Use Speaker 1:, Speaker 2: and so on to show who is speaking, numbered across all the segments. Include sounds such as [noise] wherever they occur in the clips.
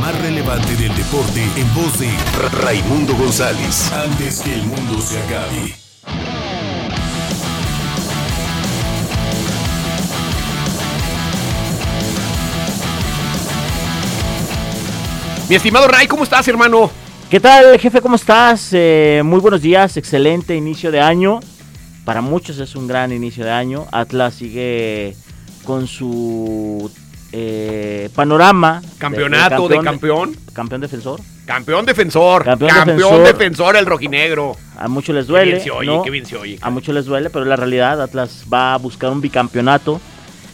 Speaker 1: más relevante del deporte en voz de Raimundo González. Antes que el mundo se acabe.
Speaker 2: Mi estimado Ray, ¿cómo estás, hermano?
Speaker 3: ¿Qué tal, jefe? ¿Cómo estás? Eh, muy buenos días, excelente inicio de año. Para muchos es un gran inicio de año. Atlas sigue con su eh, panorama. de- de
Speaker 2: Campeonato de campeón.
Speaker 3: Campeón defensor.
Speaker 2: Campeón defensor. Campeón,
Speaker 3: Campeón
Speaker 2: defensor.
Speaker 3: defensor.
Speaker 2: el rojinegro.
Speaker 3: A muchos les duele.
Speaker 2: qué bien se oye,
Speaker 3: ¿no?
Speaker 2: qué bien se oye.
Speaker 3: A muchos les duele, pero es la realidad. Atlas va a buscar un bicampeonato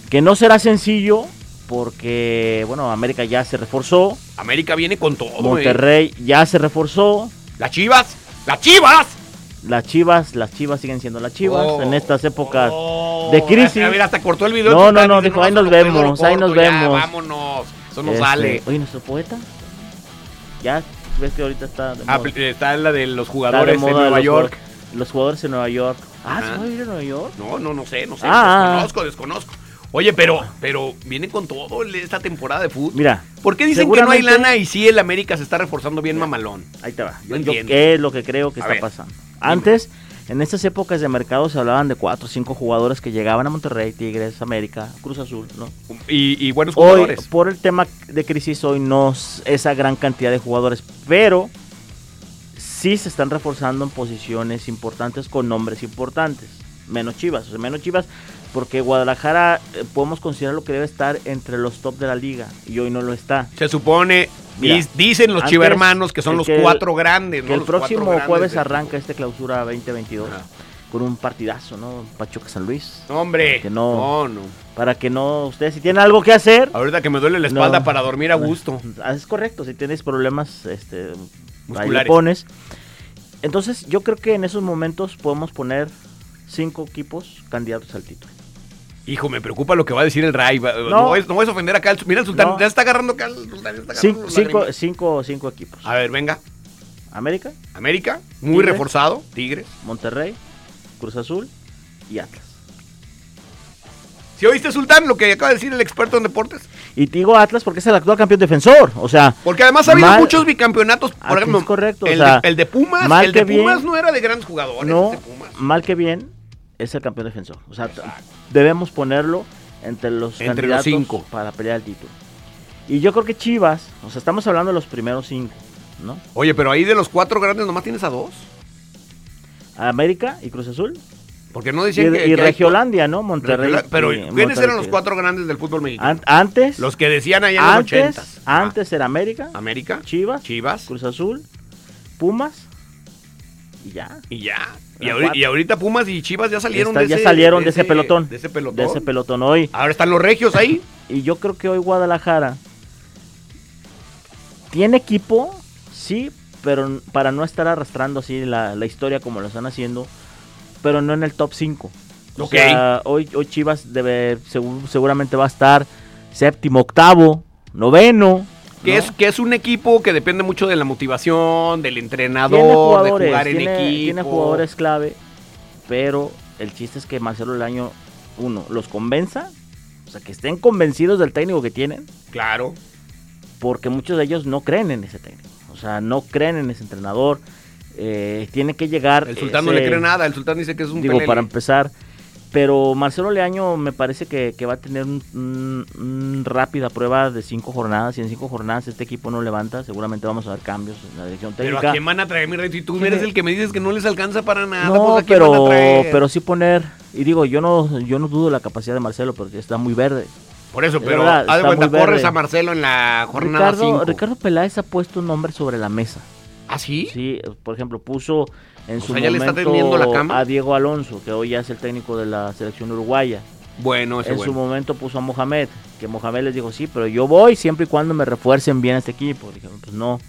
Speaker 3: que no será sencillo porque, bueno, América ya se reforzó.
Speaker 2: América viene con todo, eh.
Speaker 3: Monterrey ya se reforzó.
Speaker 2: Las chivas. ¡Las chivas!
Speaker 3: Las chivas, las chivas siguen siendo las chivas
Speaker 2: Oh,
Speaker 3: en estas épocas.
Speaker 2: oh,
Speaker 3: de crisis.
Speaker 2: A ver, hasta cortó el video.
Speaker 3: No, no,
Speaker 2: Titán,
Speaker 3: no,
Speaker 2: dice,
Speaker 3: dijo, ahí
Speaker 2: eso
Speaker 3: nos
Speaker 2: lo puedo,
Speaker 3: vemos,
Speaker 2: lo
Speaker 3: ahí nos
Speaker 2: corto, ya,
Speaker 3: vemos.
Speaker 2: vámonos. Eso no
Speaker 3: Este,
Speaker 2: sale.
Speaker 3: Oye, nuestro poeta. Ya ves que ahorita está de
Speaker 2: Ah,
Speaker 3: moda.
Speaker 2: está la de los
Speaker 3: Está de
Speaker 2: jugadores de
Speaker 3: moda
Speaker 2: Nueva
Speaker 3: los
Speaker 2: York.
Speaker 3: jugadores- Los jugadores de Nueva York. Ah,
Speaker 2: Ajá.
Speaker 3: ¿se va a ir a Nueva York?
Speaker 2: No, no, no sé, no sé.
Speaker 3: Ah,
Speaker 2: desconozco, desconozco. Oye, pero, pero viene con todo el- esta temporada de fútbol.
Speaker 3: Mira,
Speaker 2: ¿Por qué dicen que no hay
Speaker 3: seguramente-
Speaker 2: lana y sí el América se está reforzando bien mamalón?
Speaker 3: ahí te va.
Speaker 2: No
Speaker 3: Yo- yo-
Speaker 2: entiendo.
Speaker 3: ¿Qué es lo que creo que
Speaker 2: A
Speaker 3: está
Speaker 2: ver,
Speaker 3: pasando? Antes, en estas épocas de mercado se hablaban de cuatro o cinco jugadores que llegaban a Monterrey, Tigres, América, Cruz Azul, ¿no?
Speaker 2: Y, y buenos
Speaker 3: Hoy,
Speaker 2: jugadores.
Speaker 3: por el tema de crisis, hoy no es esa gran cantidad de jugadores, pero sí se están reforzando en posiciones importantes con nombres importantes. Menos Chivas, o sea, menos Chivas, porque Guadalajara eh, podemos considerar lo que debe estar entre los top de la liga y hoy no lo está.
Speaker 2: Se supone,
Speaker 3: Mira,
Speaker 2: dis- dicen los
Speaker 3: antes,
Speaker 2: chivermanos que son los
Speaker 3: que el-
Speaker 2: cuatro grandes.
Speaker 3: Que
Speaker 2: ¿no?
Speaker 3: el
Speaker 2: Los cuatro
Speaker 3: próximo
Speaker 2: grandes
Speaker 3: jueves
Speaker 2: de-
Speaker 3: arranca este clausura 2022
Speaker 2: Ajá.
Speaker 3: con un partidazo, ¿no? Pachuca San Luis.
Speaker 2: No, hombre.
Speaker 3: Que
Speaker 2: no.
Speaker 3: no.
Speaker 2: no,
Speaker 3: Para que no, ustedes si tienen algo que hacer,
Speaker 2: Ahorita que me duele la
Speaker 3: No.
Speaker 2: espalda para dormir a gusto.
Speaker 3: Ah, Es correcto, si tienes problemas este, ahí le
Speaker 2: Musculares.
Speaker 3: pones. Entonces, yo creo que en esos momentos podemos poner cinco equipos candidatos al título.
Speaker 2: Hijo, me preocupa lo que va a decir el Ray. va- No,
Speaker 3: No.
Speaker 2: es, no es ofender acá. al su- Mira, el sultán
Speaker 3: No.
Speaker 2: ya está agarrando acá. El sultán ya está agarrando
Speaker 3: Cinco,
Speaker 2: las
Speaker 3: cinco,
Speaker 2: lágrimas.
Speaker 3: cinco, cinco equipos.
Speaker 2: A ver, venga.
Speaker 3: América,
Speaker 2: América, muy
Speaker 3: Tigres.
Speaker 2: reforzado. Tigres.
Speaker 3: Monterrey, Cruz Azul y Atlas.
Speaker 2: ¿Sí oíste, Sultán, lo que acaba de decir el experto en deportes?
Speaker 3: Y te digo Atlas porque es el actual campeón defensor. O sea,
Speaker 2: Porque además ha habido
Speaker 3: Mal-
Speaker 2: muchos bicampeonatos.
Speaker 3: Ah,
Speaker 2: Por
Speaker 3: es
Speaker 2: ejemplo,
Speaker 3: correcto, o
Speaker 2: el,
Speaker 3: sea,
Speaker 2: de, el de Pumas,
Speaker 3: mal
Speaker 2: el de
Speaker 3: que bien.
Speaker 2: Pumas no era de grandes jugadores.
Speaker 3: no,
Speaker 2: ese Pumas.
Speaker 3: mal que bien, es el campeón defensor. O sea, t- debemos ponerlo entre los
Speaker 2: Entre los
Speaker 3: candidatos
Speaker 2: cinco.
Speaker 3: para pelear el título. Y yo creo que Chivas, o sea, estamos hablando de los primeros cinco, ¿no?
Speaker 2: Oye, pero ahí de los cuatro grandes nomás tienes a dos.
Speaker 3: América y Cruz Azul.
Speaker 2: Porque no
Speaker 3: Y,
Speaker 2: decían que.
Speaker 3: y
Speaker 2: que hay-
Speaker 3: Regiolandia, ¿no? Monterrey.
Speaker 2: Regiola- Pero,
Speaker 3: y-
Speaker 2: ¿quiénes
Speaker 3: Monterrey
Speaker 2: eran los
Speaker 3: Tigres.
Speaker 2: cuatro grandes del fútbol mexicano?
Speaker 3: An- antes,
Speaker 2: los que decían allá en los ochentas.
Speaker 3: antes,
Speaker 2: Ah,
Speaker 3: antes era América,
Speaker 2: América,
Speaker 3: Chivas,
Speaker 2: Chivas,
Speaker 3: Cruz Azul, Pumas y ya.
Speaker 2: y ya. Y,
Speaker 3: Eran
Speaker 2: ahori-
Speaker 3: cuatro.
Speaker 2: y ahorita Pumas y Chivas ya salieron
Speaker 3: Está-
Speaker 2: de
Speaker 3: ya
Speaker 2: ese
Speaker 3: salieron de ese, pelotón.
Speaker 2: De ese pelotón.
Speaker 3: De ese pelotón hoy.
Speaker 2: Ahora están los regios ahí.
Speaker 3: Y yo creo que hoy Guadalajara tiene equipo, sí, pero n- para no estar arrastrando así la, la historia como lo están haciendo, pero no en el top 5.
Speaker 2: Ok.
Speaker 3: hoy, hoy Chivas debe, segu- seguramente va a estar séptimo, octavo, noveno.
Speaker 2: Que,
Speaker 3: ¿no?
Speaker 2: es, que es un equipo que depende mucho de la motivación, del
Speaker 3: Tiene
Speaker 2: entrenador, de
Speaker 3: jugadores,
Speaker 2: jugar en
Speaker 3: tiene-
Speaker 2: equipo.
Speaker 3: tiene jugadores clave, pero el chiste es que Marcelo el año uno los convenza, o sea, que estén convencidos del técnico que tienen.
Speaker 2: Claro.
Speaker 3: porque muchos de ellos no creen en ese técnico, o sea, no creen en ese entrenador, eh, tiene que llegar...
Speaker 2: El sultán no le
Speaker 3: ese-
Speaker 2: cree nada. El sultán dice que es un
Speaker 3: Digo,
Speaker 2: pelele.
Speaker 3: para empezar, pero Marcelo Leaño me parece que, que va a tener un, un- un rápida prueba de cinco jornadas, y en cinco jornadas este equipo no levanta, seguramente vamos a ver cambios en la dirección
Speaker 2: Pero
Speaker 3: técnica.
Speaker 2: ¿a quién van a traer, mi rey? Y tú
Speaker 3: ¿Quién
Speaker 2: eres
Speaker 3: es?
Speaker 2: el que me dices que no les alcanza para nada.
Speaker 3: No,
Speaker 2: pues, ¿a quién van a
Speaker 3: pero,
Speaker 2: traer?
Speaker 3: pero sí poner, y digo, yo no, yo no dudo la capacidad de Marcelo porque está muy verde.
Speaker 2: Por eso,
Speaker 3: Es
Speaker 2: pero
Speaker 3: verdad,
Speaker 2: haz de
Speaker 3: está
Speaker 2: cuenta,
Speaker 3: muy
Speaker 2: corres
Speaker 3: verde.
Speaker 2: a Marcelo en la jornada
Speaker 3: Ricardo,
Speaker 2: 5.
Speaker 3: Ricardo Peláez ha puesto un nombre sobre la mesa.
Speaker 2: ¿Ah, sí?
Speaker 3: Sí, por ejemplo, puso en
Speaker 2: O
Speaker 3: su
Speaker 2: sea, ya le está tendiendo
Speaker 3: momento
Speaker 2: la cama.
Speaker 3: a Diego Alonso, que hoy ya es el técnico de la selección uruguaya.
Speaker 2: Bueno, ese
Speaker 3: en
Speaker 2: Ah, bueno.
Speaker 3: su momento puso a Mohamed, que Mohamed les dijo, sí, pero yo voy siempre y cuando me refuercen bien a este equipo. Dijeron, pues no.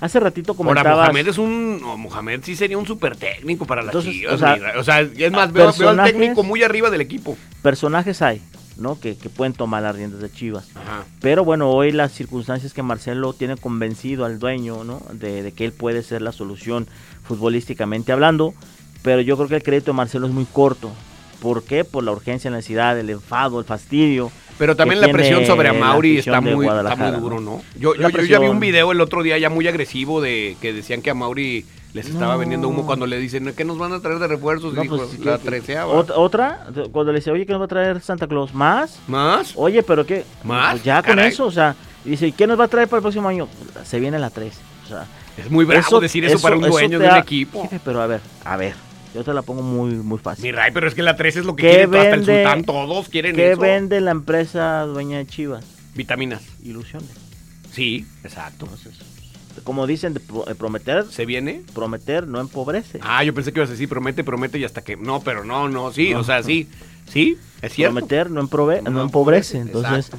Speaker 3: Hace ratito
Speaker 2: Ahora,
Speaker 3: comentabas...
Speaker 2: Mohamed es un. no, Mohamed sí sería un súper técnico para las
Speaker 3: Entonces,
Speaker 2: chivas.
Speaker 3: o sea,
Speaker 2: mi rey. O sea, es más, veo, veo al
Speaker 3: personajes-
Speaker 2: técnico muy arriba del equipo.
Speaker 3: Personajes hay, ¿no? Que, que pueden tomar las riendas de Chivas.
Speaker 2: Ajá.
Speaker 3: Pero bueno, hoy las circunstancias que Marcelo tiene convencido al dueño, ¿no? De, de que él puede ser la solución futbolísticamente hablando. Pero yo creo que el crédito de Marcelo es muy corto. ¿Por qué? Por la urgencia, la necesidad, el enfado, el fastidio.
Speaker 2: Pero también
Speaker 3: que
Speaker 2: la presión
Speaker 3: tiene
Speaker 2: sobre Amauri
Speaker 3: la afición
Speaker 2: está
Speaker 3: de
Speaker 2: muy, está muy
Speaker 3: Guadalajara,
Speaker 2: duro,
Speaker 3: ¿no?
Speaker 2: ¿no? Yo, yo,
Speaker 3: La
Speaker 2: yo ya vi un
Speaker 3: presión.
Speaker 2: video el otro día ya muy agresivo de que decían que Amauri les estaba
Speaker 3: No.
Speaker 2: vendiendo humo cuando le dicen, ¿qué nos van a traer de refuerzos?
Speaker 3: No,
Speaker 2: Dijo,
Speaker 3: pues, sí,
Speaker 2: la
Speaker 3: que-
Speaker 2: treceava.
Speaker 3: Ot- Otra, cuando le dice, oye, ¿qué nos va a traer Santa Claus? ¿Más?
Speaker 2: ¿Más?
Speaker 3: Oye, ¿pero qué?
Speaker 2: ¿Más?
Speaker 3: Pues ya con
Speaker 2: Caray.
Speaker 3: eso, o sea, y dice, ¿y ¿qué nos va a traer para el próximo año? Se viene la 3. O sea,
Speaker 2: Es muy bravo decir eso, para un dueño
Speaker 3: te
Speaker 2: de un
Speaker 3: ha-
Speaker 2: equipo.
Speaker 3: Jefe, pero a ver, a ver, yo te la pongo muy, muy fácil.
Speaker 2: Mi Ray, pero es que la 3 es lo que
Speaker 3: ¿Qué
Speaker 2: quiere todo, hasta el
Speaker 3: vende?
Speaker 2: sultán, todos quieren
Speaker 3: ¿Qué
Speaker 2: eso.
Speaker 3: vende la empresa dueña de Chivas?
Speaker 2: Vitaminas.
Speaker 3: Ilusiones.
Speaker 2: Sí, exacto.
Speaker 3: Entonces, como dicen, de pro- de prometer,
Speaker 2: ¿Se viene?
Speaker 3: prometer no empobrece.
Speaker 2: Ah, yo pensé que ibas a decir promete, promete y hasta que. No, pero no, no, sí, o sea, sí. Sí, es cierto.
Speaker 3: prometer no, emprove-
Speaker 2: No
Speaker 3: no
Speaker 2: empobrece,
Speaker 3: empobrece. Entonces,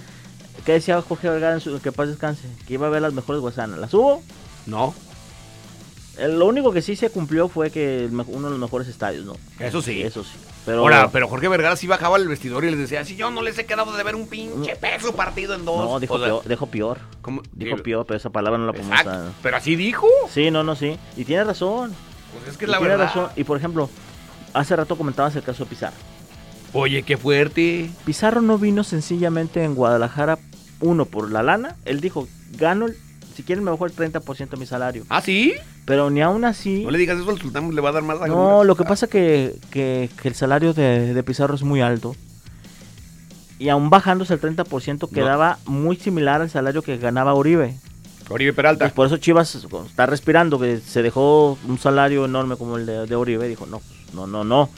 Speaker 3: ¿qué decía Jorge Vergara en su que paz descanse? Que iba a ver las mejores guasanas. ¿Las hubo?
Speaker 2: No,
Speaker 3: Eh, Lo único que sí se cumplió fue que el mejo- uno de los mejores estadios, ¿no?
Speaker 2: Eso sí.
Speaker 3: Eso sí. Pero,
Speaker 2: Ahora, pero Jorge Vergara sí bajaba al vestidor y les decía, si yo no les he quedado de ver un pinche peso partido en dos.
Speaker 3: Mm. no, dijo,
Speaker 2: O sea,
Speaker 3: peor, dijo peor.
Speaker 2: ¿cómo?
Speaker 3: Dijo
Speaker 2: Eh,
Speaker 3: peor, pero esa palabra no la podemos
Speaker 2: exacto,
Speaker 3: usar.
Speaker 2: Pero así dijo.
Speaker 3: Sí, no, no, sí. Y tiene razón.
Speaker 2: Pues es que es
Speaker 3: Y
Speaker 2: la
Speaker 3: tiene
Speaker 2: verdad.
Speaker 3: razón. Y por ejemplo, hace rato comentabas el caso de Pizarro.
Speaker 2: Oye, qué fuerte.
Speaker 3: Pizarro no vino sencillamente en Guadalajara, uno, por la lana. Él dijo, gano, el- si quieren me bajo el 30% de mi salario.
Speaker 2: ¿Ah, sí?
Speaker 3: Pero ni aún así...
Speaker 2: No le digas eso al sultán, pues le va a dar más
Speaker 3: No,
Speaker 2: lágrimas.
Speaker 3: lo que pasa que, que, que el salario de, de Pizarro es muy alto. Y aún bajándose el 30% quedaba muy similar al salario que ganaba Uribe.
Speaker 2: Oribe Peralta.
Speaker 3: Entonces, pues, por eso Chivas está respirando, que se dejó un salario enorme como el de, de Oribe. Dijo, no, pues, no, no, no.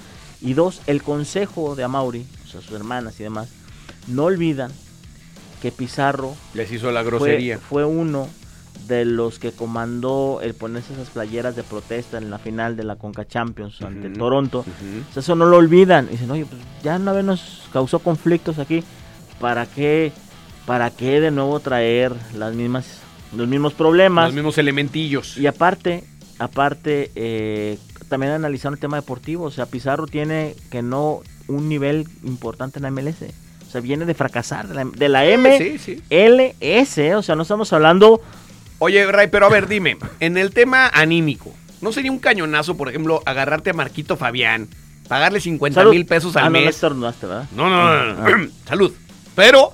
Speaker 3: Y dos, el consejo de Amauri, o sea, sus hermanas y demás, no olvidan que Pizarro
Speaker 2: Les hizo la
Speaker 3: fue,
Speaker 2: grosería.
Speaker 3: fue uno de los que comandó el ponerse esas playeras de protesta en la final de la Conca Champions ante
Speaker 2: Ujú.
Speaker 3: Toronto.
Speaker 2: Ujú.
Speaker 3: O sea, eso no lo olvidan. Y dicen, oye, pues ya una vez nos causó conflictos aquí. ¿Para qué, para qué de nuevo traer las mismas, los mismos problemas?
Speaker 2: Los mismos elementillos.
Speaker 3: Y aparte, aparte, eh, también analizaron el tema deportivo. O sea, Pizarro tiene que no un nivel importante en la MLS. O sea, viene de fracasar de la, de la M.
Speaker 2: Sí, sí.
Speaker 3: LS, o sea, no estamos hablando.
Speaker 2: Oye, Ray, pero a ver, dime, en el tema anímico, ¿no sería un cañonazo, por ejemplo, agarrarte a Marquito Fabián, pagarle 50
Speaker 3: Salud.
Speaker 2: mil pesos al
Speaker 3: Ah, no, no
Speaker 2: mes?
Speaker 3: estornudaste, ¿verdad?
Speaker 2: No, no, no, no, no.
Speaker 3: Ah.
Speaker 2: [clears throat] Salud. Pero,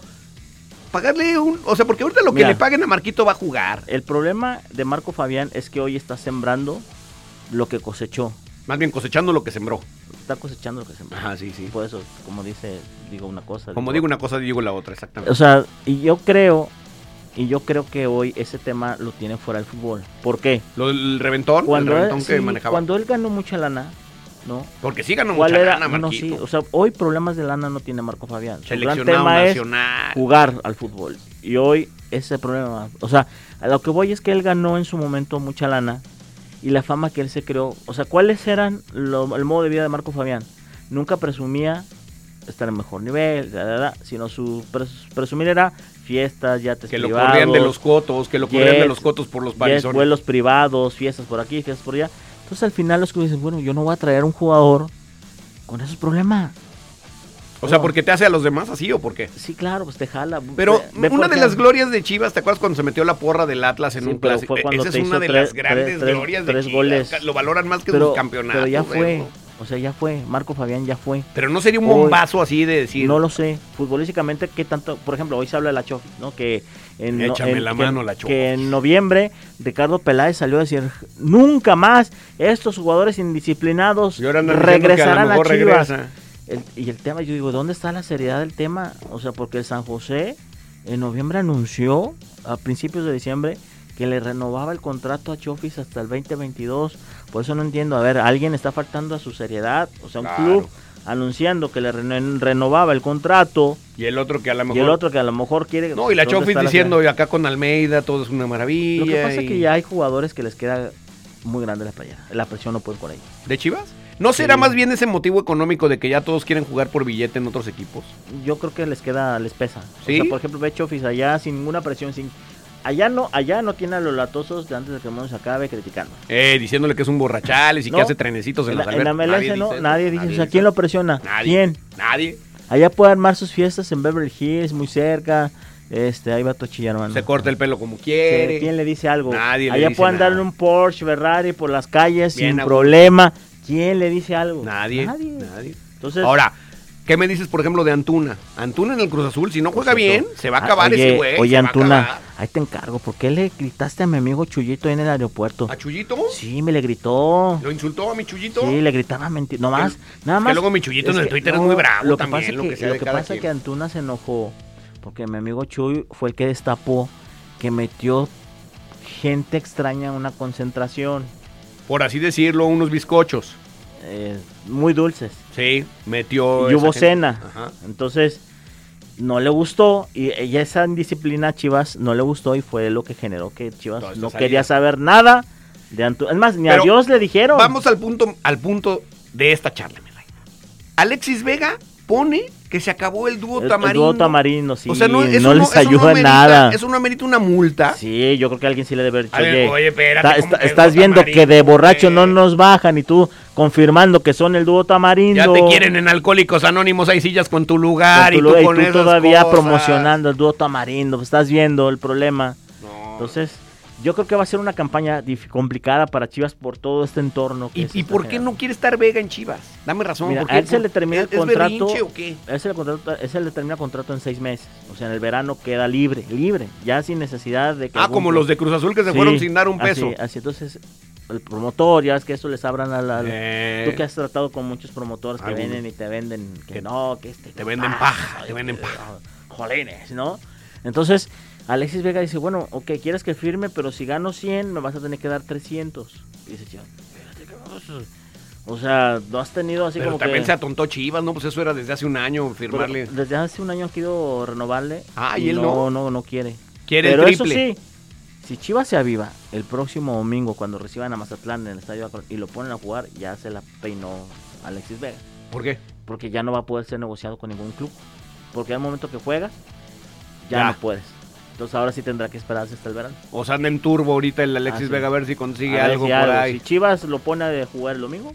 Speaker 2: pagarle un. O sea, porque ahorita lo
Speaker 3: Mira.
Speaker 2: que le paguen a Marquito va a jugar.
Speaker 3: El problema de Marco Fabián es que hoy está sembrando lo que cosechó.
Speaker 2: Más bien cosechando lo que sembró.
Speaker 3: Está cosechando lo que sembró.
Speaker 2: Ajá, sí, sí.
Speaker 3: Por eso, como dice, digo una cosa.
Speaker 2: Como digo una cosa, digo la otra, exactamente.
Speaker 3: O sea, y yo creo, y yo creo que hoy ese tema lo tiene fuera del fútbol. ¿Por qué?
Speaker 2: Lo, el reventón,
Speaker 3: Cuando,
Speaker 2: el
Speaker 3: él,
Speaker 2: reventón que
Speaker 3: sí,
Speaker 2: manejaba.
Speaker 3: cuando él ganó mucha lana, ¿no?
Speaker 2: Porque sí ganó
Speaker 3: ¿Cuál
Speaker 2: mucha
Speaker 3: era?
Speaker 2: lana,
Speaker 3: no, sí,
Speaker 2: Marquito.
Speaker 3: o sea, hoy problemas de lana no tiene Marco Fabián. Su gran
Speaker 2: Seleccionado
Speaker 3: tema es
Speaker 2: nacional.
Speaker 3: jugar al fútbol. Y hoy ese problema, o sea, a lo que voy es que él ganó en su momento mucha lana y la fama que él se creó, o sea, ¿cuáles eran lo- el modo de vida de Marco Fabián? Nunca presumía estar en mejor nivel, da, da, da, sino su pres- presumir era fiestas, yates
Speaker 2: que lo
Speaker 3: privados,
Speaker 2: corrían de los cotos, que lo corrían de
Speaker 3: jets,
Speaker 2: los cotos por los
Speaker 3: jets,
Speaker 2: parizones.
Speaker 3: vuelos privados, fiestas por aquí, fiestas por allá. Entonces al final los que dicen, bueno, yo no voy a traer un jugador con esos problemas.
Speaker 2: O sea, porque te hace a los demás así o por qué.
Speaker 3: Sí, claro, pues te jala.
Speaker 2: Pero
Speaker 3: Ve- ve
Speaker 2: una
Speaker 3: por
Speaker 2: de
Speaker 3: qué-
Speaker 2: las glorias de Chivas, ¿te acuerdas cuando se metió la porra del Atlas en
Speaker 3: Sí,
Speaker 2: un
Speaker 3: pero
Speaker 2: clásico?
Speaker 3: fue cuando
Speaker 2: Esa es
Speaker 3: te
Speaker 2: una
Speaker 3: hizo
Speaker 2: de
Speaker 3: tres-
Speaker 2: las grandes
Speaker 3: tres- tres-
Speaker 2: glorias de
Speaker 3: tres
Speaker 2: Chivas.
Speaker 3: goles.
Speaker 2: Lo valoran más que
Speaker 3: pero,
Speaker 2: sus campeonatos.
Speaker 3: pero ya fue,
Speaker 2: bueno.
Speaker 3: o sea, ya fue. Marco Fabián ya fue.
Speaker 2: Pero no sería un
Speaker 3: Hoy-
Speaker 2: bombazo así de decir.
Speaker 3: No lo sé. Futbolísticamente, ¿qué tanto? Por ejemplo, hoy se habla de la Chofi, ¿no? Que en, no-
Speaker 2: Échame
Speaker 3: en-
Speaker 2: la
Speaker 3: que-
Speaker 2: mano, la Chofis.
Speaker 3: que en noviembre Ricardo Peláez salió a decir, nunca más estos jugadores indisciplinados
Speaker 2: Y ahora andan diciendo que a
Speaker 3: regresarán
Speaker 2: lo
Speaker 3: a,
Speaker 2: mejor
Speaker 3: Chivas.
Speaker 2: regresa.
Speaker 3: El- y el tema, yo digo, ¿dónde está la seriedad del tema? O sea, porque el San José en noviembre anunció, a principios de diciembre, que le renovaba el contrato a Chofis hasta el 2022. Por eso no entiendo. A ver, ¿alguien está faltando a su seriedad? O sea, un
Speaker 2: Claro.
Speaker 3: club anunciando que le reno- renovaba el contrato
Speaker 2: Y el otro que a lo mejor.
Speaker 3: y el otro que a lo mejor quiere...
Speaker 2: No, y la
Speaker 3: ¿dónde
Speaker 2: Chofis
Speaker 3: está la
Speaker 2: diciendo, y
Speaker 3: seriedad?
Speaker 2: acá con Almeida todo es una maravilla.
Speaker 3: Lo que pasa
Speaker 2: y-
Speaker 3: es que ya hay jugadores que les queda muy grande la playera. La presión no puede con ahí.
Speaker 2: ¿De Chivas? ¿No será más bien ese motivo económico de que ya todos quieren jugar por billete en otros equipos?
Speaker 3: yo creo que les queda, les pesa.
Speaker 2: ¿Sí?
Speaker 3: O sea, por ejemplo, ve Chofis allá sin ninguna presión, sin allá no, allá no tiene a los latosos de antes de que el mundo se acabe criticando.
Speaker 2: Eh, diciéndole que es un borrachales y
Speaker 3: No.
Speaker 2: que hace trenecitos en,
Speaker 3: En
Speaker 2: las
Speaker 3: la, en la
Speaker 2: albercas.
Speaker 3: MLS no,
Speaker 2: eso,
Speaker 3: nadie dice, o sea,
Speaker 2: dice
Speaker 3: ¿quién
Speaker 2: eso.
Speaker 3: lo presiona?
Speaker 2: Nadie.
Speaker 3: ¿Quién?
Speaker 2: Nadie.
Speaker 3: Allá puede armar sus fiestas en Beverly Hills, muy cerca, este, ahí va tu chillarmano.
Speaker 2: Se corta el pelo como
Speaker 3: Sí,
Speaker 2: quiere.
Speaker 3: ¿Quién le dice algo?
Speaker 2: Nadie le
Speaker 3: allá
Speaker 2: dice
Speaker 3: puede andar
Speaker 2: nada.
Speaker 3: en un Porsche, Ferrari por las calles
Speaker 2: Bien a
Speaker 3: sin
Speaker 2: gusto.
Speaker 3: problema. ¿Quién le dice algo?
Speaker 2: Nadie.
Speaker 3: Nadie.
Speaker 2: nadie.
Speaker 3: Entonces,
Speaker 2: Ahora, ¿Qué me dices, por ejemplo, de Antuna? Antuna en el Cruz Azul, si no juega bien, se va a
Speaker 3: Ah,
Speaker 2: acabar
Speaker 3: oye,
Speaker 2: ese güey.
Speaker 3: Oye,
Speaker 2: se va a
Speaker 3: Antuna,
Speaker 2: acabar.
Speaker 3: ahí te encargo. ¿Por qué le gritaste a mi amigo Chuyito ahí en el aeropuerto?
Speaker 2: ¿A Chuyito?
Speaker 3: Sí, me le gritó.
Speaker 2: ¿Lo insultó a mi Chuyito?
Speaker 3: Sí, le gritaba mentira. No más,
Speaker 2: Que-
Speaker 3: nada
Speaker 2: que
Speaker 3: más.
Speaker 2: luego mi Chuyito en el Twitter es muy bravo también, lo que sea de
Speaker 3: que
Speaker 2: cada
Speaker 3: pasa es que
Speaker 2: quien.
Speaker 3: Antuna se enojó porque mi amigo Chuy fue el que destapó que metió gente extraña en una concentración.
Speaker 2: Por así decirlo, unos bizcochos.
Speaker 3: eh, muy dulces.
Speaker 2: Sí, metió.
Speaker 3: y
Speaker 2: esa
Speaker 3: hubo
Speaker 2: gente.
Speaker 3: cena.
Speaker 2: Ajá.
Speaker 3: Entonces, no le gustó. Y ella esa indisciplina a Chivas no le gustó y fue lo que generó que Chivas
Speaker 2: Toda esta
Speaker 3: no
Speaker 2: salida.
Speaker 3: quería saber nada de Antuna. Es más, ni
Speaker 2: Pero
Speaker 3: a Dios le dijeron.
Speaker 2: Vamos al punto, al punto de esta charla, mi reina. Alexis Vega pone que se acabó el dúo
Speaker 3: El- el
Speaker 2: tamarino.
Speaker 3: dúo tamarino, sí,
Speaker 2: o sea, no, eso
Speaker 3: no les
Speaker 2: eso
Speaker 3: ayuda en
Speaker 2: amerita-
Speaker 3: nada.
Speaker 2: Eso no amerita una multa.
Speaker 3: Sí, yo creo que alguien sí le debe haber dicho,
Speaker 2: A ver,
Speaker 3: oye,
Speaker 2: oye, espérate,
Speaker 3: está-
Speaker 2: ¿cómo
Speaker 3: está-
Speaker 2: que el
Speaker 3: estás
Speaker 2: dúo
Speaker 3: viendo que de
Speaker 2: tamarindo,
Speaker 3: borracho
Speaker 2: güey?
Speaker 3: no nos bajan y tú confirmando que son el dúo tamarindo.
Speaker 2: Eh, Ya te quieren en Alcohólicos Anónimos, hay sillas con tu lugar
Speaker 3: Con tu
Speaker 2: y tú,
Speaker 3: lo- y
Speaker 2: con esas
Speaker 3: todavía
Speaker 2: cosas.
Speaker 3: promocionando el dúo tamarindo, pues, estás viendo el problema.
Speaker 2: No.
Speaker 3: Entonces, yo creo que va a ser una campaña dif- complicada para Chivas por todo este entorno. que
Speaker 2: ¿Y,
Speaker 3: se
Speaker 2: y
Speaker 3: está
Speaker 2: por qué
Speaker 3: generando.
Speaker 2: no quiere estar Vega en Chivas? Dame razón.
Speaker 3: Mira,
Speaker 2: ¿por
Speaker 3: a
Speaker 2: qué?
Speaker 3: él se
Speaker 2: ¿Por-
Speaker 3: le termina el
Speaker 2: ¿es- ¿Es
Speaker 3: contrato.
Speaker 2: berrinche o qué?
Speaker 3: A Ese le, contrato, a ese le termina contrato en seis meses. O sea, en el verano queda libre, libre, ya sin necesidad de que.
Speaker 2: Ah,
Speaker 3: algún-
Speaker 2: como los de Cruz Azul que se
Speaker 3: Sí,
Speaker 2: fueron sin dar un peso.
Speaker 3: Así, así, entonces, el promotor, ya es que eso les abran a la.
Speaker 2: Eh,
Speaker 3: Tú que has tratado con muchos promotores que
Speaker 2: algunos.
Speaker 3: vienen y te venden que,
Speaker 2: Que
Speaker 3: no, que este.
Speaker 2: te venden paja, te venden paja.
Speaker 3: ah, Jolines, ¿no? Entonces, Alexis Vega dice, bueno, ok, quieres que firme, pero si gano 100, me vas a tener que dar 300. Y dice, Chivas, espérate, cabrón. O sea, no has tenido así
Speaker 2: pero
Speaker 3: como
Speaker 2: también
Speaker 3: que...
Speaker 2: se atontó Chivas, ¿no? Pues eso era desde hace un año
Speaker 3: pero
Speaker 2: firmarle.
Speaker 3: Desde hace un año han querido renovarle.
Speaker 2: Ah, ¿y él no?
Speaker 3: No, no, no quiere.
Speaker 2: Quiere
Speaker 3: Pero
Speaker 2: el
Speaker 3: eso
Speaker 2: triple.
Speaker 3: sí, si Chivas se aviva el próximo domingo cuando reciban a Mazatlán en el Estadio Akron y lo ponen a jugar, ya se la peinó Alexis Vega.
Speaker 2: ¿Por qué?
Speaker 3: Porque ya no va a poder ser negociado con ningún club. Porque al momento que juega, ya,
Speaker 2: Ya.
Speaker 3: no puedes. Entonces ahora sí tendrá que esperarse hasta el verano.
Speaker 2: O sea, anda en turbo ahorita el Alexis
Speaker 3: Ah, sí.
Speaker 2: Vega a ver si consigue
Speaker 3: A ver
Speaker 2: algo
Speaker 3: si
Speaker 2: por
Speaker 3: algo.
Speaker 2: ahí.
Speaker 3: Si Chivas lo pone a jugar el domingo.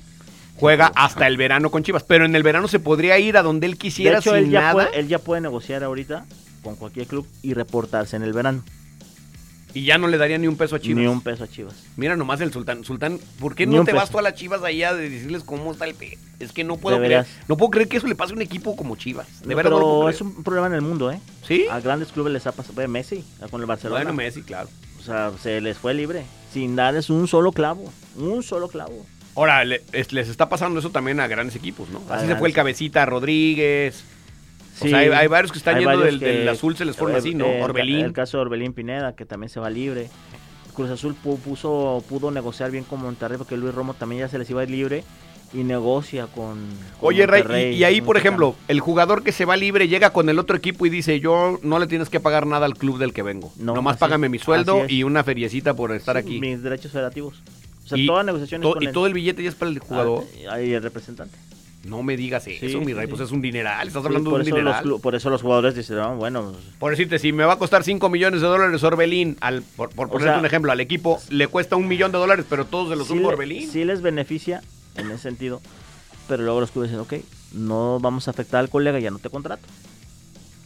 Speaker 2: Juega hasta el verano con Chivas, pero en el verano se podría ir a donde él
Speaker 3: De
Speaker 2: quisiera
Speaker 3: hecho,
Speaker 2: sin
Speaker 3: él ya,
Speaker 2: nada.
Speaker 3: puede, él ya puede negociar ahorita con cualquier club y reportarse en el verano.
Speaker 2: Y ya no le daría ni un peso a Chivas.
Speaker 3: Ni un peso a Chivas.
Speaker 2: Mira nomás el Sultán. Sultán, ¿por qué
Speaker 3: Ni
Speaker 2: no
Speaker 3: un
Speaker 2: te vas
Speaker 3: peso.
Speaker 2: tú a las Chivas allá de decirles cómo está el pe? Es que no puedo
Speaker 3: De
Speaker 2: creer.
Speaker 3: veras.
Speaker 2: No puedo creer que eso le pase a un equipo como Chivas. De
Speaker 3: No,
Speaker 2: verdad no lo
Speaker 3: pero
Speaker 2: puedo
Speaker 3: es
Speaker 2: creer.
Speaker 3: un problema en el mundo, ¿eh?
Speaker 2: ¿Sí?
Speaker 3: A grandes clubes les ha pasado. ve, Messi, con el Barcelona.
Speaker 2: Bueno, Messi, claro.
Speaker 3: O sea, se les fue libre. Sin darles un solo clavo. Un solo clavo.
Speaker 2: Ahora, le- es- les está pasando eso también a grandes equipos, ¿no?
Speaker 3: A
Speaker 2: Así se
Speaker 3: grandes.
Speaker 2: fue el Cabecita Rodríguez. O sea, hay- hay varios que están yendo
Speaker 3: varios
Speaker 2: del- del azul, se les fueron así, ¿no?
Speaker 3: el ca-
Speaker 2: Orbelín.
Speaker 3: El caso de Orbelín Pineda, que también se va libre. Cruz Azul pu- puso, pudo negociar bien con Monterrey porque Luis Romo también ya se les iba a ir libre y negocia con. con
Speaker 2: Oye, Ray,
Speaker 3: Monterrey, este
Speaker 2: y, y ahí,
Speaker 3: un
Speaker 2: por
Speaker 3: mexicano.
Speaker 2: ejemplo, el jugador que se va libre llega con el otro equipo y dice, yo no le tienes que pagar nada al club del que vengo.
Speaker 3: No,
Speaker 2: Nomás
Speaker 3: así
Speaker 2: págame
Speaker 3: es,
Speaker 2: mi sueldo
Speaker 3: así es.
Speaker 2: y una feriecita por estar
Speaker 3: Sí,
Speaker 2: aquí.
Speaker 3: Mis derechos federativos. O sea,
Speaker 2: Y
Speaker 3: toda negociación es
Speaker 2: To-
Speaker 3: con
Speaker 2: y
Speaker 3: el-
Speaker 2: todo el billete ya es para el jugador.
Speaker 3: Ah, Y el representante.
Speaker 2: No me digas eso,
Speaker 3: Sí,
Speaker 2: mi
Speaker 3: sí,
Speaker 2: rey,
Speaker 3: sí.
Speaker 2: pues es un dineral, estás
Speaker 3: Sí,
Speaker 2: hablando
Speaker 3: por,
Speaker 2: de un
Speaker 3: eso los,
Speaker 2: dineral.
Speaker 3: clu- por eso los jugadores dicen, "Ah, bueno,
Speaker 2: Por decirte, si me va a costar 5 millones de dólares Orbelín, al, por, por
Speaker 3: O
Speaker 2: ponerte
Speaker 3: sea-
Speaker 2: un ejemplo, al equipo le cuesta un millón de dólares, pero todos se los
Speaker 3: sí
Speaker 2: son
Speaker 3: le-
Speaker 2: Orbelín.
Speaker 3: sí les beneficia en ese sentido, pero luego los clubes dicen, ok, no vamos a afectar al colega, ya no te contrato.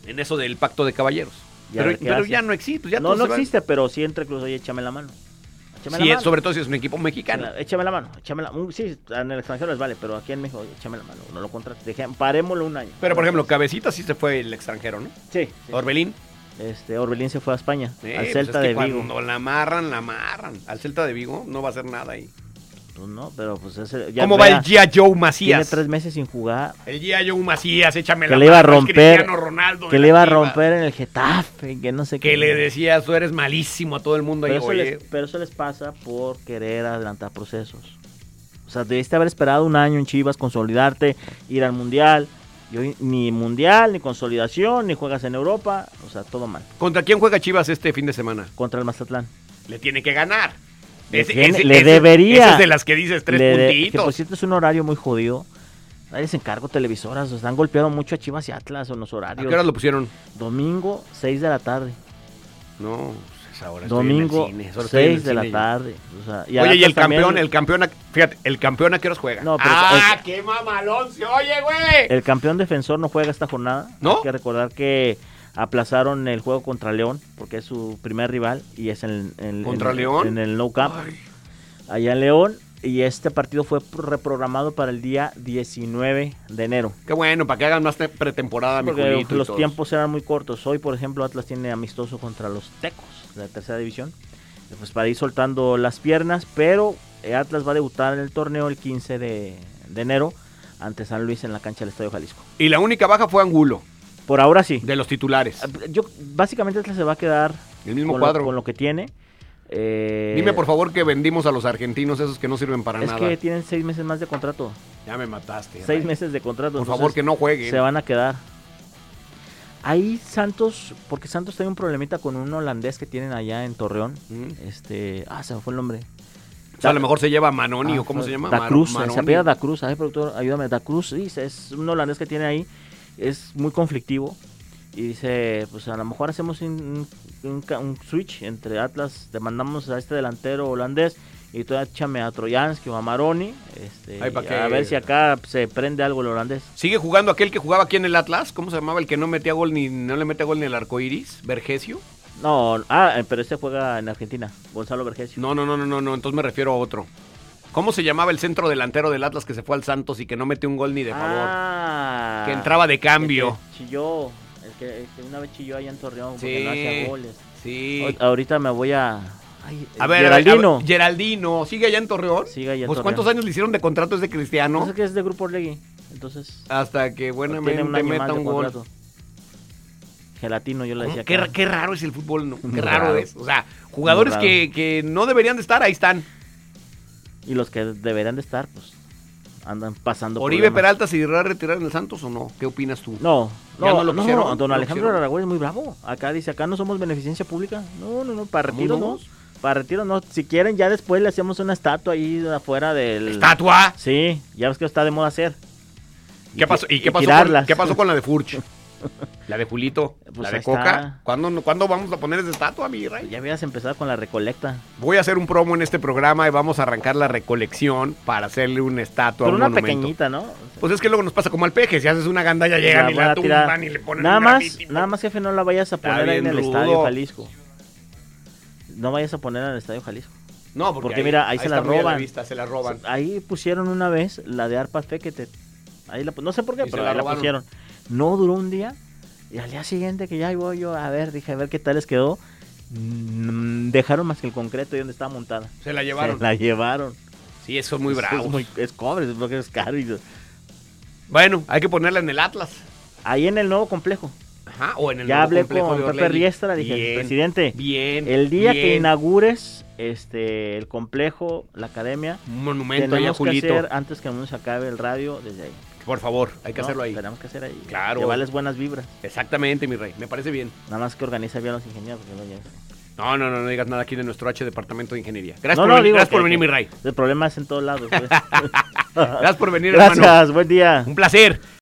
Speaker 2: En eso del pacto de caballeros.
Speaker 3: Ya,
Speaker 2: pero
Speaker 3: ¿qué
Speaker 2: pero
Speaker 3: haces?
Speaker 2: ya no existe. pues ya
Speaker 3: no,
Speaker 2: todos
Speaker 3: no
Speaker 2: se van.
Speaker 3: existe, pero sí entre incluso, oye, échame la mano. Échame
Speaker 2: Sí,
Speaker 3: la mano.
Speaker 2: sobre todo si es un equipo mexicano.
Speaker 3: Échame- Échame la mano, échame la mm, Sí, en el extranjero les vale, pero aquí en México, oye, échame la mano, no lo contrates. Deje- Parémoslo un año.
Speaker 2: Pero, por ejemplo, Cabecita sí se fue el extranjero, ¿no?
Speaker 3: sí, sí.
Speaker 2: Orbelín.
Speaker 3: este, Orbelín se fue a España,
Speaker 2: Sí,
Speaker 3: al
Speaker 2: pues
Speaker 3: Celta
Speaker 2: es que
Speaker 3: de Vigo.
Speaker 2: Cuando la amarran, la amarran. Al Celta de Vigo no va a hacer nada ahí.
Speaker 3: Pues no, pero pues ese, ya
Speaker 2: ¿Cómo va
Speaker 3: vea,
Speaker 2: el G.I. Joe
Speaker 3: Tiene
Speaker 2: Macías?
Speaker 3: tres meses sin jugar,
Speaker 2: El G.I. Joe Macías, échame
Speaker 3: Que
Speaker 2: la
Speaker 3: le iba a
Speaker 2: mano, es
Speaker 3: romper,
Speaker 2: Cristiano Ronaldo
Speaker 3: que
Speaker 2: de
Speaker 3: le
Speaker 2: la
Speaker 3: iba a
Speaker 2: Chivas.
Speaker 3: romper en el Getafe, que no sé qué.
Speaker 2: Que le decía, tú eres malísimo a todo el mundo.
Speaker 3: Pero
Speaker 2: ahí,
Speaker 3: eso,
Speaker 2: oye,
Speaker 3: les, pero eso les pasa por querer adelantar procesos. O sea, debiste haber esperado un año en Chivas, consolidarte, ir al Mundial. Y hoy ni Mundial, ni consolidación, ni juegas en Europa. O sea, todo mal.
Speaker 2: ¿Contra quién juega Chivas este fin de semana?
Speaker 3: Contra el Mazatlán.
Speaker 2: Le tiene que ganar.
Speaker 3: Le tiene- le debería.
Speaker 2: Esa es de las que dices tres
Speaker 3: Le de- Que
Speaker 2: puntitos.
Speaker 3: por cierto es un horario muy jodido. Nadie se encargo televisoras. Nos han golpeado mucho a Chivas y Atlas en los
Speaker 2: ¿A
Speaker 3: horarios.
Speaker 2: qué hora lo pusieron?
Speaker 3: Domingo, 6 de la tarde.
Speaker 2: No, pues, ahora estoy en el
Speaker 3: Domingo,
Speaker 2: cine, ahora estoy en el
Speaker 3: 6 de la
Speaker 2: cine yo.
Speaker 3: tarde. O sea,
Speaker 2: Oye, y
Speaker 3: Atlas
Speaker 2: el campeón,
Speaker 3: también-
Speaker 2: el campeón, a- fíjate, el campeón a qué horas juega.
Speaker 3: No, pero-
Speaker 2: ¡Ah,
Speaker 3: es-
Speaker 2: qué mamalón se oye, güey!
Speaker 3: El campeón defensor no juega esta jornada.
Speaker 2: ¿No?
Speaker 3: Hay que recordar que aplazaron el juego contra León, porque es su primer rival y es en, en-
Speaker 2: ¿Contra
Speaker 3: en-
Speaker 2: León?
Speaker 3: En el No Camp.
Speaker 2: Ay,
Speaker 3: Allá en León. y este partido fue reprogramado para el día 19 de enero.
Speaker 2: Qué bueno, para que hagan más te- pretemporada, Ah, mi
Speaker 3: Porque
Speaker 2: Julito y
Speaker 3: los
Speaker 2: todos.
Speaker 3: tiempos eran muy cortos. Hoy, por ejemplo, Atlas tiene amistoso contra los Tecos de la tercera división. Y Pues para ir soltando las piernas, pero eh, Atlas va a debutar en el torneo el 15 de, de enero ante San Luis en la cancha del Estadio Jalisco.
Speaker 2: Y la única baja fue Angulo,
Speaker 3: Por ahora sí.
Speaker 2: de los titulares.
Speaker 3: Yo, básicamente Atlas se va a quedar
Speaker 2: El mismo
Speaker 3: con,
Speaker 2: cuadro.
Speaker 3: Lo, con lo que tiene. Eh,
Speaker 2: Dime por favor que vendimos a los argentinos esos que no sirven para
Speaker 3: Es
Speaker 2: nada.
Speaker 3: que tienen seis meses más de contrato.
Speaker 2: Ya me mataste.
Speaker 3: Seis
Speaker 2: Ray.
Speaker 3: meses de contrato.
Speaker 2: Por
Speaker 3: entonces
Speaker 2: favor, que no jueguen.
Speaker 3: Se van a quedar. Ahí Santos, porque Santos tiene un problemita con un holandés que tienen allá en Torreón.
Speaker 2: Mm.
Speaker 3: Este, ah, se me fue el nombre.
Speaker 2: O sea, a lo mejor se lleva Manoni
Speaker 3: Ah,
Speaker 2: o cómo
Speaker 3: fue-
Speaker 2: se llama.
Speaker 3: Da
Speaker 2: Mar-
Speaker 3: Cruz,
Speaker 2: Manoni.
Speaker 3: se apellida Da Cruz. Ay, productor, ayúdame. Da Cruz, sí, es un holandés que tiene ahí. Es muy conflictivo. Y dice, pues a lo mejor hacemos un, un ca- un switch entre Atlas, demandamos a este delantero holandés y tú échame a Trojansky o a Maroni. Este,
Speaker 2: Ay, pa'
Speaker 3: y
Speaker 2: que-
Speaker 3: a ver si acá se prende algo el holandés.
Speaker 2: ¿Sigue jugando aquel que jugaba aquí en el Atlas? ¿Cómo se llamaba? El que no metía gol ni no le mete gol ni el arco iris. ¿Vergesio?
Speaker 3: No, ah, eh, pero este juega en Argentina, Gonzalo Vergesio.
Speaker 2: No, no, no, no, no, no. Entonces me refiero a otro. ¿Cómo se llamaba el centro delantero del Atlas que se fue al Santos y que no metió un gol ni de favor?
Speaker 3: Ah,
Speaker 2: Que entraba de cambio.
Speaker 3: el que chilló, el que, el que una vez chilló allá en Torreón porque
Speaker 2: Sí.
Speaker 3: no hacía goles.
Speaker 2: Sí. eh,
Speaker 3: Ahor- Ahorita me voy a. Ay,
Speaker 2: A ver,
Speaker 3: Geraldino.
Speaker 2: a ver, Geraldino, ¿sigue allá en Torreón?
Speaker 3: Sigue allá en
Speaker 2: Pues
Speaker 3: Torreón.
Speaker 2: ¿cuántos años le hicieron de contrato ese cristiano?
Speaker 3: Pues es que es de Grupo Orlegui. Entonces.
Speaker 2: Hasta que buenamente
Speaker 3: Pues tiene un año más
Speaker 2: meta
Speaker 3: de
Speaker 2: un gol.
Speaker 3: contrato. Gelatino, yo le
Speaker 2: ¿Cómo?
Speaker 3: decía.
Speaker 2: Qué,
Speaker 3: acá.
Speaker 2: qué raro es el fútbol, ¿no? Qué
Speaker 3: Muy
Speaker 2: raro,
Speaker 3: raro.
Speaker 2: es. O sea, jugadores
Speaker 3: Muy
Speaker 2: que, que no deberían de estar, ahí están.
Speaker 3: Y los que deberían de estar, pues. Andan pasando
Speaker 2: Oribe
Speaker 3: problemas.
Speaker 2: Peralta se irá a retirar en el Santos o no? ¿Qué opinas tú?
Speaker 3: No,
Speaker 2: Ya no
Speaker 3: no,
Speaker 2: lo
Speaker 3: no,
Speaker 2: quisieron, no
Speaker 3: don
Speaker 2: lo
Speaker 3: Alejandro
Speaker 2: quisieron.
Speaker 3: Aragüey es muy bravo. Acá dice, acá no somos beneficencia pública. No, no, no, para
Speaker 2: ¿Cómo
Speaker 3: retiro
Speaker 2: no?
Speaker 3: no. Para retiro no. Si quieren, ya después le hacemos una estatua ahí afuera del...
Speaker 2: ¡Estatua!
Speaker 3: Sí, ya ves que está de moda hacer.
Speaker 2: ¿Qué pasó? ¿Y, qué, pasó con,
Speaker 3: tirarlas.
Speaker 2: qué pasó con la de
Speaker 3: [laughs]
Speaker 2: Furch? ¿La de Julito?
Speaker 3: Pues
Speaker 2: ¿La de
Speaker 3: ahí
Speaker 2: Coca?
Speaker 3: está.
Speaker 2: ¿Cuándo, no- ¿Cuándo vamos a poner esa estatua, mi rey?
Speaker 3: Ya habías empezado con la recolecta.
Speaker 2: Voy a hacer un promo en este programa y vamos a arrancar la recolección para hacerle una estatua. a un
Speaker 3: Pero una
Speaker 2: monumento.
Speaker 3: pequeñita, ¿no?
Speaker 2: Pues es que luego nos pasa como al peje, si haces una gandalla llegan
Speaker 3: La
Speaker 2: y
Speaker 3: van
Speaker 2: la
Speaker 3: a tirar.
Speaker 2: tumban y le ponen
Speaker 3: nada
Speaker 2: un pues.
Speaker 3: más,
Speaker 2: graffiti.
Speaker 3: nada más, jefe, no la vayas a
Speaker 2: Está
Speaker 3: poner ahí en
Speaker 2: bien
Speaker 3: el
Speaker 2: rudo.
Speaker 3: Estadio Jalisco. No vayas a poner en el Estadio Jalisco.
Speaker 2: No, porque,
Speaker 3: porque mira, ahí se la
Speaker 2: está muy a
Speaker 3: roban.
Speaker 2: vista, se la roban.
Speaker 3: Ahí pusieron una vez la de Arpa Fekete. Ahí la, pu- no sé por qué,
Speaker 2: Y se
Speaker 3: pero
Speaker 2: la
Speaker 3: ahí la
Speaker 2: robaron.
Speaker 3: pusieron. No duró un día. Y al día siguiente que ya ahí voy yo a ver, dije a ver qué tal les quedó. Mm, Dejaron más que el concreto y donde estaba montada.
Speaker 2: Se la
Speaker 3: Se
Speaker 2: llevaron.
Speaker 3: la llevaron.
Speaker 2: Sí, eso es muy
Speaker 3: Es- es
Speaker 2: bravo.
Speaker 3: muy- Es cobre, es, porque es caro. y-
Speaker 2: Bueno, hay que ponerla en el Atlas.
Speaker 3: Ahí en el nuevo complejo.
Speaker 2: Ajá, o en el
Speaker 3: Ya
Speaker 2: nuevo
Speaker 3: hablé
Speaker 2: complejo
Speaker 3: con
Speaker 2: de
Speaker 3: Pepe
Speaker 2: Orlegui.
Speaker 3: Riestra, dije,
Speaker 2: Bien,
Speaker 3: presidente,
Speaker 2: Bien.
Speaker 3: el día que
Speaker 2: bien.
Speaker 3: inaugures este el complejo, la academia,
Speaker 2: Un monumento allá,
Speaker 3: tenemos que
Speaker 2: Julito.
Speaker 3: hacer antes que uno se acabe el radio desde ahí.
Speaker 2: Por favor, hay que
Speaker 3: ¿no?
Speaker 2: hacerlo ahí.
Speaker 3: Tenemos que hacer ahí.
Speaker 2: Claro.
Speaker 3: Llevarles buenas vibras.
Speaker 2: Exactamente, mi rey. Me parece bien.
Speaker 3: Nada más que organiza bien los ingenieros. porque no llegan.
Speaker 2: No, no, no, no digas nada aquí de nuestro H departamento de ingeniería. Gracias
Speaker 3: No,
Speaker 2: por
Speaker 3: no,
Speaker 2: venir,
Speaker 3: digo
Speaker 2: gracias
Speaker 3: que-
Speaker 2: por venir,
Speaker 3: que [laughs]
Speaker 2: mi rey.
Speaker 3: El problema es en todos lados. pues.
Speaker 2: [laughs]
Speaker 3: [laughs]
Speaker 2: Gracias por venir, hermano.
Speaker 3: Gracias, buen día.
Speaker 2: Un placer.